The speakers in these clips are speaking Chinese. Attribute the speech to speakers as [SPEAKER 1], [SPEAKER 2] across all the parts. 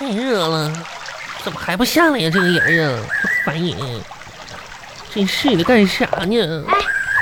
[SPEAKER 1] 哎热了，怎么还不下来呀、这个人呀、烦人！真是的，干啥呢？
[SPEAKER 2] 哎，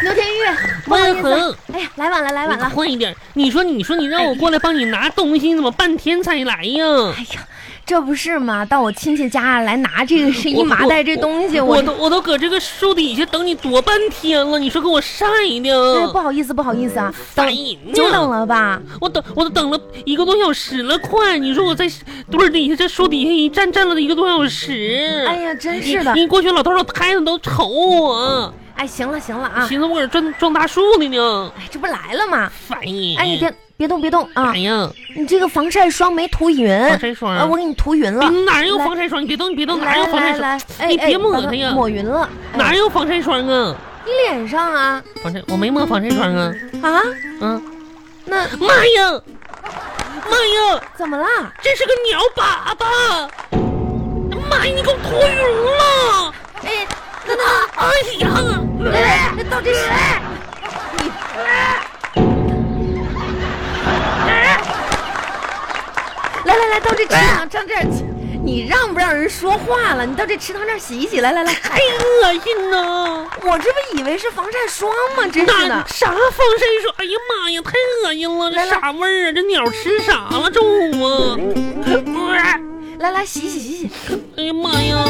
[SPEAKER 2] 刘天玉，不好意
[SPEAKER 1] 万
[SPEAKER 2] 思
[SPEAKER 1] 恒，，
[SPEAKER 2] 哎呀，来晚了，来晚
[SPEAKER 1] 你
[SPEAKER 2] 了。
[SPEAKER 1] 快一点！你说，你说，你让我过来帮你拿东西，你怎么半天才来呀？
[SPEAKER 2] 哎呀，这不是嘛，到我亲戚家来拿这个是一
[SPEAKER 1] 我
[SPEAKER 2] 麻
[SPEAKER 1] 我
[SPEAKER 2] 袋这东西，
[SPEAKER 1] 我
[SPEAKER 2] 哎我
[SPEAKER 1] 都我都搁这个树底下等你多半天了，你说给我晒
[SPEAKER 2] 哎
[SPEAKER 1] 的
[SPEAKER 2] 不，好意思，不好意思啊，
[SPEAKER 1] 烦
[SPEAKER 2] 等
[SPEAKER 1] 人
[SPEAKER 2] 久等
[SPEAKER 1] 呢！
[SPEAKER 2] 了吧？
[SPEAKER 1] 我等我都等了一个多小时了，快！你说我在墩儿底下这树底下一站站了一个多小时，
[SPEAKER 2] 哎呀，真是的
[SPEAKER 1] 你，你过去老头老太太都瞅我，
[SPEAKER 2] 哎，行了行了啊，
[SPEAKER 1] 寻思我搁这撞撞大树呢呢，
[SPEAKER 2] 哎，这不来了吗？
[SPEAKER 1] 烦人！
[SPEAKER 2] 哎，你别别动别动啊
[SPEAKER 1] 哎，呀，
[SPEAKER 2] 你这个防晒霜没涂匀，
[SPEAKER 1] 防晒霜
[SPEAKER 2] 啊，我给你涂匀了
[SPEAKER 1] 哎。哪有
[SPEAKER 2] 来
[SPEAKER 1] 防晒霜？你别动，你别动，哪
[SPEAKER 2] 来
[SPEAKER 1] 有防
[SPEAKER 2] 来
[SPEAKER 1] 晒霜？
[SPEAKER 2] 来，哎
[SPEAKER 1] 你
[SPEAKER 2] 哎
[SPEAKER 1] 别抹
[SPEAKER 2] 把
[SPEAKER 1] 它呀
[SPEAKER 2] 抹匀了，哎
[SPEAKER 1] 哪有防晒霜啊？
[SPEAKER 2] 你脸上啊
[SPEAKER 1] 防晒我没抹防晒霜啊，
[SPEAKER 2] 啊？
[SPEAKER 1] 嗯，
[SPEAKER 2] 那
[SPEAKER 1] 妈呀，妈呀！
[SPEAKER 2] 怎么啦？
[SPEAKER 1] 这是个鸟粑粑！妈呀，你给我脱匀了！
[SPEAKER 2] 哎，
[SPEAKER 1] 哎呀，
[SPEAKER 2] 哎，那到底是？来来来，到这池塘上这儿，你让不让人说话了？你到这池塘这儿洗一洗，来来来，
[SPEAKER 1] 太恶心了！
[SPEAKER 2] 我这不以为是防晒霜吗？哎真是
[SPEAKER 1] 那
[SPEAKER 2] 的，
[SPEAKER 1] 啥防晒霜？哎呀妈呀，太恶心了！
[SPEAKER 2] 来
[SPEAKER 1] 这
[SPEAKER 2] 来
[SPEAKER 1] 啥味儿啊？这鸟吃啥了？中午啊？
[SPEAKER 2] 来来洗洗洗洗，
[SPEAKER 1] 哎呀妈呀！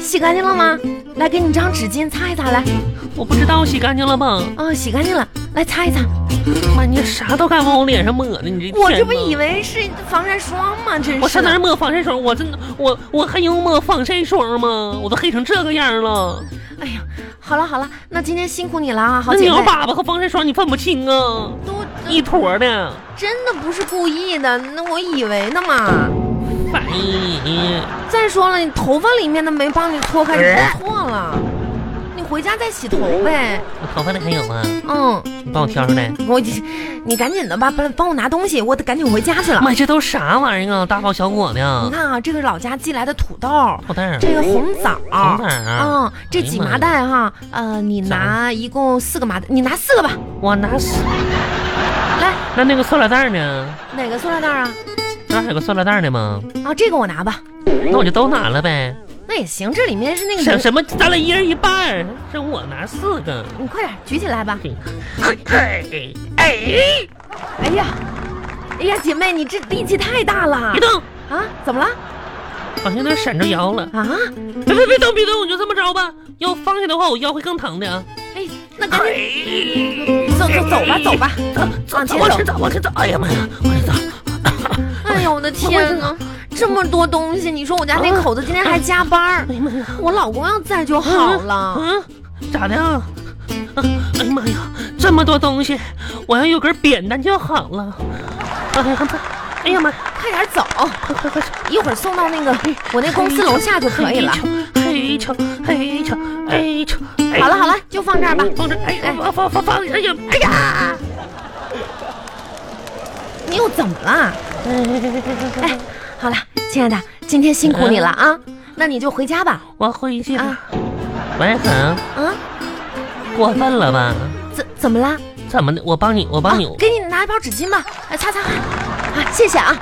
[SPEAKER 2] 洗干净了吗？来，给你张纸巾擦一擦，来，
[SPEAKER 1] 我不知道洗干净了吧？
[SPEAKER 2] 哦，洗干净了，来擦一擦。
[SPEAKER 1] 妈，你啥都敢往我脸上抹呢？你这
[SPEAKER 2] 我这不
[SPEAKER 1] 天哪
[SPEAKER 2] 以为是防晒霜吗？真是的
[SPEAKER 1] 我上哪儿抹防晒霜？我真的我我还用抹防晒霜吗？我都黑成这个样了。
[SPEAKER 2] 哎呀，好了好了，那今天辛苦你了啊，好
[SPEAKER 1] 那
[SPEAKER 2] 姐
[SPEAKER 1] 鸟
[SPEAKER 2] 妹。
[SPEAKER 1] 粑粑和防晒霜你分不清啊，
[SPEAKER 2] 都都
[SPEAKER 1] 一坨的。
[SPEAKER 2] 真的不是故意的，那我以为呢嘛。
[SPEAKER 1] 烦人！
[SPEAKER 2] 再说了，你头发里面的没帮你搓开就不错了，你回家再洗头呗。
[SPEAKER 1] 我头发里还有吗？
[SPEAKER 2] 嗯，
[SPEAKER 1] 你帮我挑出来。
[SPEAKER 2] 我你赶紧的吧，帮帮我拿东西，我得赶紧回家去了。
[SPEAKER 1] 妈，这都啥玩意儿啊？大包小裹
[SPEAKER 2] 你
[SPEAKER 1] 的，
[SPEAKER 2] 看啊，这个老家寄来的土豆，
[SPEAKER 1] 好蛋儿，
[SPEAKER 2] 这个红枣，
[SPEAKER 1] 好蛋儿。啊
[SPEAKER 2] 嗯，这几麻袋哈，呃，你拿一共四个麻袋，你拿四个吧。
[SPEAKER 1] 我拿死。
[SPEAKER 2] 来，
[SPEAKER 1] 那那个塑料袋儿呢？
[SPEAKER 2] 哪个塑料袋啊？
[SPEAKER 1] 那还有个塑料袋儿呢吗？
[SPEAKER 2] 啊，这个我拿吧。
[SPEAKER 1] 那我就都拿了呗。
[SPEAKER 2] 那也行，这里面是那个
[SPEAKER 1] 什
[SPEAKER 2] 零，
[SPEAKER 1] 什么？咱俩一人一半儿，这我拿四个。
[SPEAKER 2] 你快点举起来吧。
[SPEAKER 1] 嘿嘿嘿哎，
[SPEAKER 2] 哎呀，哎呀，姐妹，你这力气太大了
[SPEAKER 1] 哎别动，
[SPEAKER 2] 啊！怎么了
[SPEAKER 1] 好像有点闪着腰了。
[SPEAKER 2] 啊？
[SPEAKER 1] 别别别动，别动，我就这么着吧。要放下的话，我腰会更疼的啊。
[SPEAKER 2] 哎，那赶紧
[SPEAKER 1] 哎
[SPEAKER 2] 走走走吧，走吧。
[SPEAKER 1] 走
[SPEAKER 2] 往前
[SPEAKER 1] 走，往
[SPEAKER 2] 走
[SPEAKER 1] 前走，往前走。哎呀妈呀，往前走。
[SPEAKER 2] 哎呦，我的天哪，这么多东西！你说我家那口子今天还加班儿，
[SPEAKER 1] 哎呀妈呀！
[SPEAKER 2] 我老公要在就好了。
[SPEAKER 1] 嗯，咋的啊？啊哎呀妈呀，这么多东西，我要有根扁担就好了。哎呀妈，哎呀妈呀，
[SPEAKER 2] 快点走，
[SPEAKER 1] 快快快！
[SPEAKER 2] 一会儿送到那个我那公司楼下就可以了。
[SPEAKER 1] 嘿球，嘿球，嘿球，哎
[SPEAKER 2] 好了好了，就放这儿吧。
[SPEAKER 1] 放这，哎呀，放放放放，哎呀，哎呀，
[SPEAKER 2] 你又怎么了？
[SPEAKER 1] 啊
[SPEAKER 2] 哎，好了，亲爱的，今天辛苦你了啊。那你就回家吧。
[SPEAKER 1] 我回去了
[SPEAKER 2] 啊。
[SPEAKER 1] 喂，恒，
[SPEAKER 2] 啊，
[SPEAKER 1] 过分了吧？
[SPEAKER 2] 怎怎么啦？
[SPEAKER 1] 怎么的？我帮你，我
[SPEAKER 2] 啊
[SPEAKER 1] 帮你。，
[SPEAKER 2] 给你拿一包纸巾吧，哎，擦擦汗。啊，谢谢啊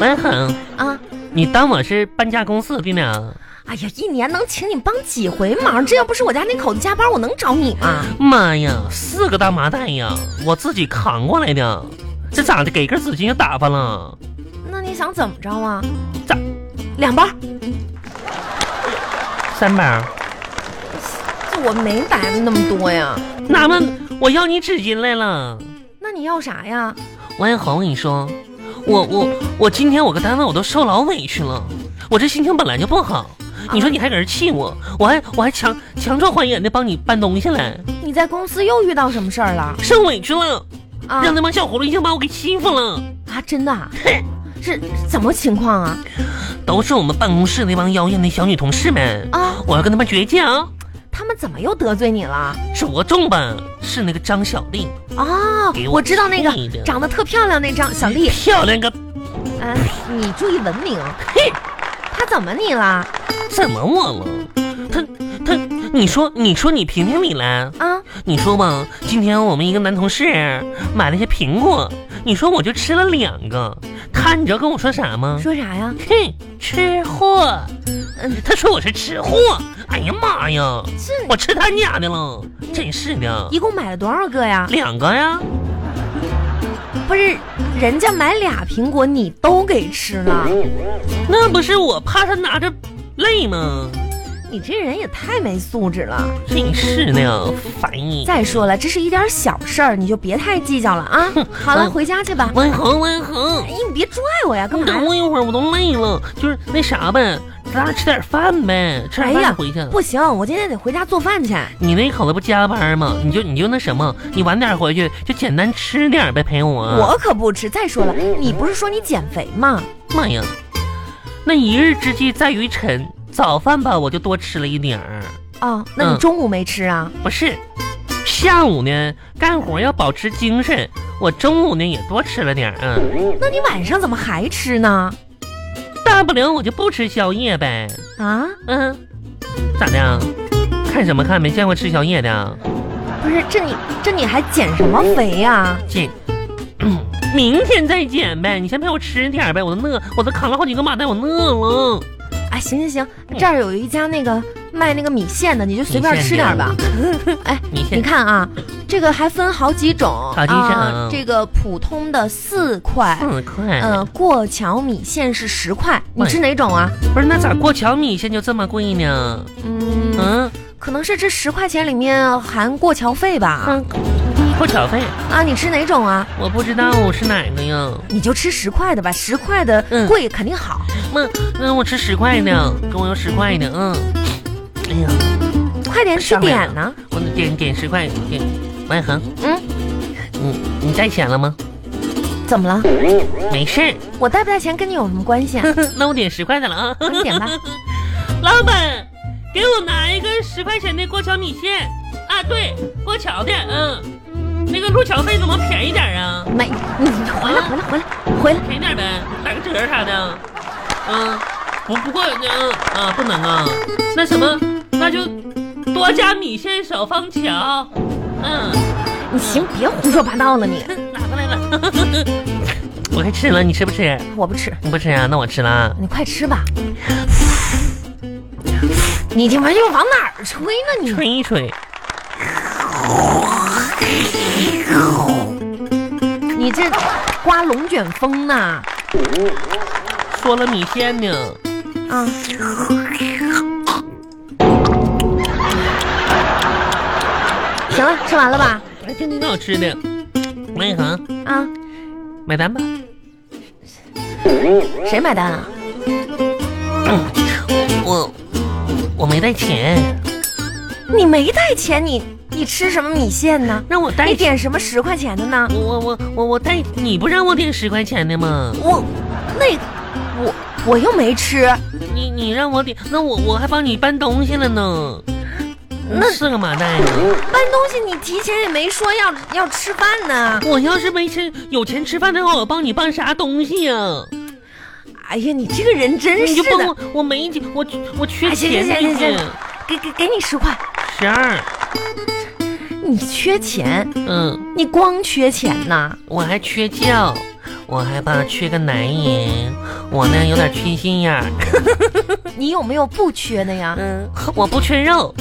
[SPEAKER 1] 喂，恒，
[SPEAKER 2] 啊！
[SPEAKER 1] 你当我是搬家公司的呢？
[SPEAKER 2] 哎呀，一年能请你帮几回忙？这要不是我家那口子加班，我能找你吗？
[SPEAKER 1] 妈呀，四个大麻袋呀，我自己扛过来的。这咋的？给根纸巾就打发了？
[SPEAKER 2] 那你想怎么着啊？
[SPEAKER 1] 咋？
[SPEAKER 2] 两包，
[SPEAKER 1] 三包？
[SPEAKER 2] 这我没白那么多呀。
[SPEAKER 1] 那么我要你纸巾来了。
[SPEAKER 2] 那你要啥呀？
[SPEAKER 1] 王艳红，我跟你说，我我我今天我搁单位我都受老委屈了，我这心情本来就不好。你说你还搁这气我，我还我还强强装欢颜的帮你搬东西来，
[SPEAKER 2] 你在公司又遇到什么事儿了？
[SPEAKER 1] 受委屈了，
[SPEAKER 2] 啊
[SPEAKER 1] 让那帮小葫芦已经把我给欺负了。
[SPEAKER 2] 啊，真 的啊？是怎么情况啊？
[SPEAKER 1] 都是我们办公室那帮妖艳的小女同事们，
[SPEAKER 2] 啊，
[SPEAKER 1] 我要跟他们倔强。
[SPEAKER 2] 他们怎么又得罪你了？
[SPEAKER 1] 着重吧，是那个张小丽，
[SPEAKER 2] 哦
[SPEAKER 1] 给，我
[SPEAKER 2] 我知道那个
[SPEAKER 1] 气的
[SPEAKER 2] 长得特漂亮那张小丽，
[SPEAKER 1] 漂亮个
[SPEAKER 2] 嗯、你注意文明。
[SPEAKER 1] 屁！
[SPEAKER 2] 她怎么你了？
[SPEAKER 1] 怎么我了？他他，你说你说你评评理来，
[SPEAKER 2] 啊，
[SPEAKER 1] 你说吧，今天我们一个男同事买了些苹果，你说我就吃了两个，看你知道跟我说啥吗？
[SPEAKER 2] 说啥呀？
[SPEAKER 1] 哼，吃货。
[SPEAKER 2] 嗯，
[SPEAKER 1] 他说我是吃货。哎呀妈呀，
[SPEAKER 2] 是
[SPEAKER 1] 我吃他家的了，真是的。
[SPEAKER 2] 一共买了多少个呀？
[SPEAKER 1] 两个呀，
[SPEAKER 2] 不是，人家买俩苹果，你都给吃了，
[SPEAKER 1] 嗯那不是我怕他拿着累吗？
[SPEAKER 2] 你这人也太没素质了。
[SPEAKER 1] 真是的，烦你。
[SPEAKER 2] 再说了，这是一点小事儿，你就别太计较了啊。好了，
[SPEAKER 1] 嗯
[SPEAKER 2] 回家去吧。
[SPEAKER 1] 文恒，文恒
[SPEAKER 2] 哎，，你别拽我呀，干
[SPEAKER 1] 你
[SPEAKER 2] 嘛
[SPEAKER 1] 等
[SPEAKER 2] 呀？
[SPEAKER 1] 我一会儿，我都累了。就是那啥呗，咱俩吃点饭呗，吃点
[SPEAKER 2] 哎呀
[SPEAKER 1] 饭回去。啊
[SPEAKER 2] 不行，我今天得回家做饭去。
[SPEAKER 1] 你那口子不加班吗？你就你就那什么，你晚点回去就简单吃点呗，陪我。啊
[SPEAKER 2] 我可不吃。再说了，你不是说你减肥吗？
[SPEAKER 1] 妈呀，那一日之计在于晨，早饭吧我就多吃了一点儿，
[SPEAKER 2] 哦，那你
[SPEAKER 1] 嗯
[SPEAKER 2] 中午没吃啊？
[SPEAKER 1] 不是，下午呢干活要保持精神，我中午呢也多吃了点儿，嗯，
[SPEAKER 2] 那你晚上怎么还吃呢？
[SPEAKER 1] 大不了我就不吃宵夜呗，
[SPEAKER 2] 啊，
[SPEAKER 1] 嗯，咋的啊？看什么看？没见过吃宵夜的啊？
[SPEAKER 2] 不是，这你这你还减什么肥啊呀、
[SPEAKER 1] 这。明天再减呗，你先陪我吃点儿呗，我都饿，我都扛了好几个麻袋，我饿了。
[SPEAKER 2] 哎，行行行，
[SPEAKER 1] 嗯
[SPEAKER 2] 这儿有一家那个卖那个米线的，你就随便吃点儿吧。哎，
[SPEAKER 1] 你先
[SPEAKER 2] 你看啊，这个还分好几种，
[SPEAKER 1] 好几种
[SPEAKER 2] 啊这个普通的四块，
[SPEAKER 1] 四块，
[SPEAKER 2] 嗯、过桥米线是十块，你
[SPEAKER 1] 嗯
[SPEAKER 2] 吃哪种啊？
[SPEAKER 1] 不是那咋过桥米线就这么贵呢？
[SPEAKER 2] 嗯，
[SPEAKER 1] 嗯，
[SPEAKER 2] 可能是这十块钱里面含过桥费吧。
[SPEAKER 1] 嗯，过桥费
[SPEAKER 2] 啊，你吃哪种啊？
[SPEAKER 1] 我不知道我是哪个呀？
[SPEAKER 2] 你就吃十块的吧，十块的
[SPEAKER 1] 嗯
[SPEAKER 2] 贵肯定好。
[SPEAKER 1] 那那我吃十块的，跟我要十块的，嗯。哎呀，
[SPEAKER 2] 快点去
[SPEAKER 1] 上来
[SPEAKER 2] 点
[SPEAKER 1] 了
[SPEAKER 2] 呢。
[SPEAKER 1] 我点点十块点。万恒，
[SPEAKER 2] 嗯，
[SPEAKER 1] 你你带钱了吗？
[SPEAKER 2] 怎么了？
[SPEAKER 1] 没事儿
[SPEAKER 2] 我带不带钱跟你有什么关系啊？
[SPEAKER 1] 呵呵，那我点十块的了啊。
[SPEAKER 2] 你点吧。
[SPEAKER 1] 老板，给我拿一个十块钱的过桥米线啊！对，过桥的，嗯，那个路桥费怎么便宜点儿啊？
[SPEAKER 2] 没，你你回来回来回来回来，
[SPEAKER 1] 便宜点呗，打个折啥的。嗯，不不过嗯啊不能啊，那什么，那就多加米线少放桥。嗯，
[SPEAKER 2] 你行，别胡说八道了你。
[SPEAKER 1] 拿过来了。我该吃了，你吃不吃？
[SPEAKER 2] 我不吃，
[SPEAKER 1] 你不吃啊？那我吃了啊。
[SPEAKER 2] 你快吃吧。你这玩意儿往哪儿吹呢你？
[SPEAKER 1] 吹一吹，
[SPEAKER 2] 你这刮龙卷风呢？
[SPEAKER 1] 说了米线呢。
[SPEAKER 2] 啊！行了，吃完了吧？
[SPEAKER 1] 哎，这挺好吃的。王一恒，
[SPEAKER 2] 啊，
[SPEAKER 1] 买单吧。
[SPEAKER 2] 谁买单啊？
[SPEAKER 1] 我我没带钱，
[SPEAKER 2] 你没带钱，你你吃什么米线呢？
[SPEAKER 1] 让我带
[SPEAKER 2] 你点什么十块钱的呢？
[SPEAKER 1] 我我我我我带，你不让我点十块钱的吗？
[SPEAKER 2] 我那我我又没吃，
[SPEAKER 1] 你你让我点，那我我还帮你搬东西了呢。
[SPEAKER 2] 那
[SPEAKER 1] 是个麻啊袋呢！
[SPEAKER 2] 搬东西你提前也没说要要吃饭呢。
[SPEAKER 1] 我要是没钱，有钱吃饭的话，我帮你搬啥东西呀、
[SPEAKER 2] 哎呀，你这个人真
[SPEAKER 1] 你
[SPEAKER 2] 是
[SPEAKER 1] 就帮
[SPEAKER 2] 的
[SPEAKER 1] 我，，我没钱，我我缺
[SPEAKER 2] 哎行
[SPEAKER 1] 钱
[SPEAKER 2] 行行行
[SPEAKER 1] 就是
[SPEAKER 2] 行给给给你十块，
[SPEAKER 1] 十二。
[SPEAKER 2] 你缺钱，
[SPEAKER 1] 嗯，
[SPEAKER 2] 你光缺钱呐？
[SPEAKER 1] 我还缺觉，我还吧缺个男人，我呢有点缺心眼儿。
[SPEAKER 2] 你有没有不缺的呀？
[SPEAKER 1] 嗯，我不缺肉，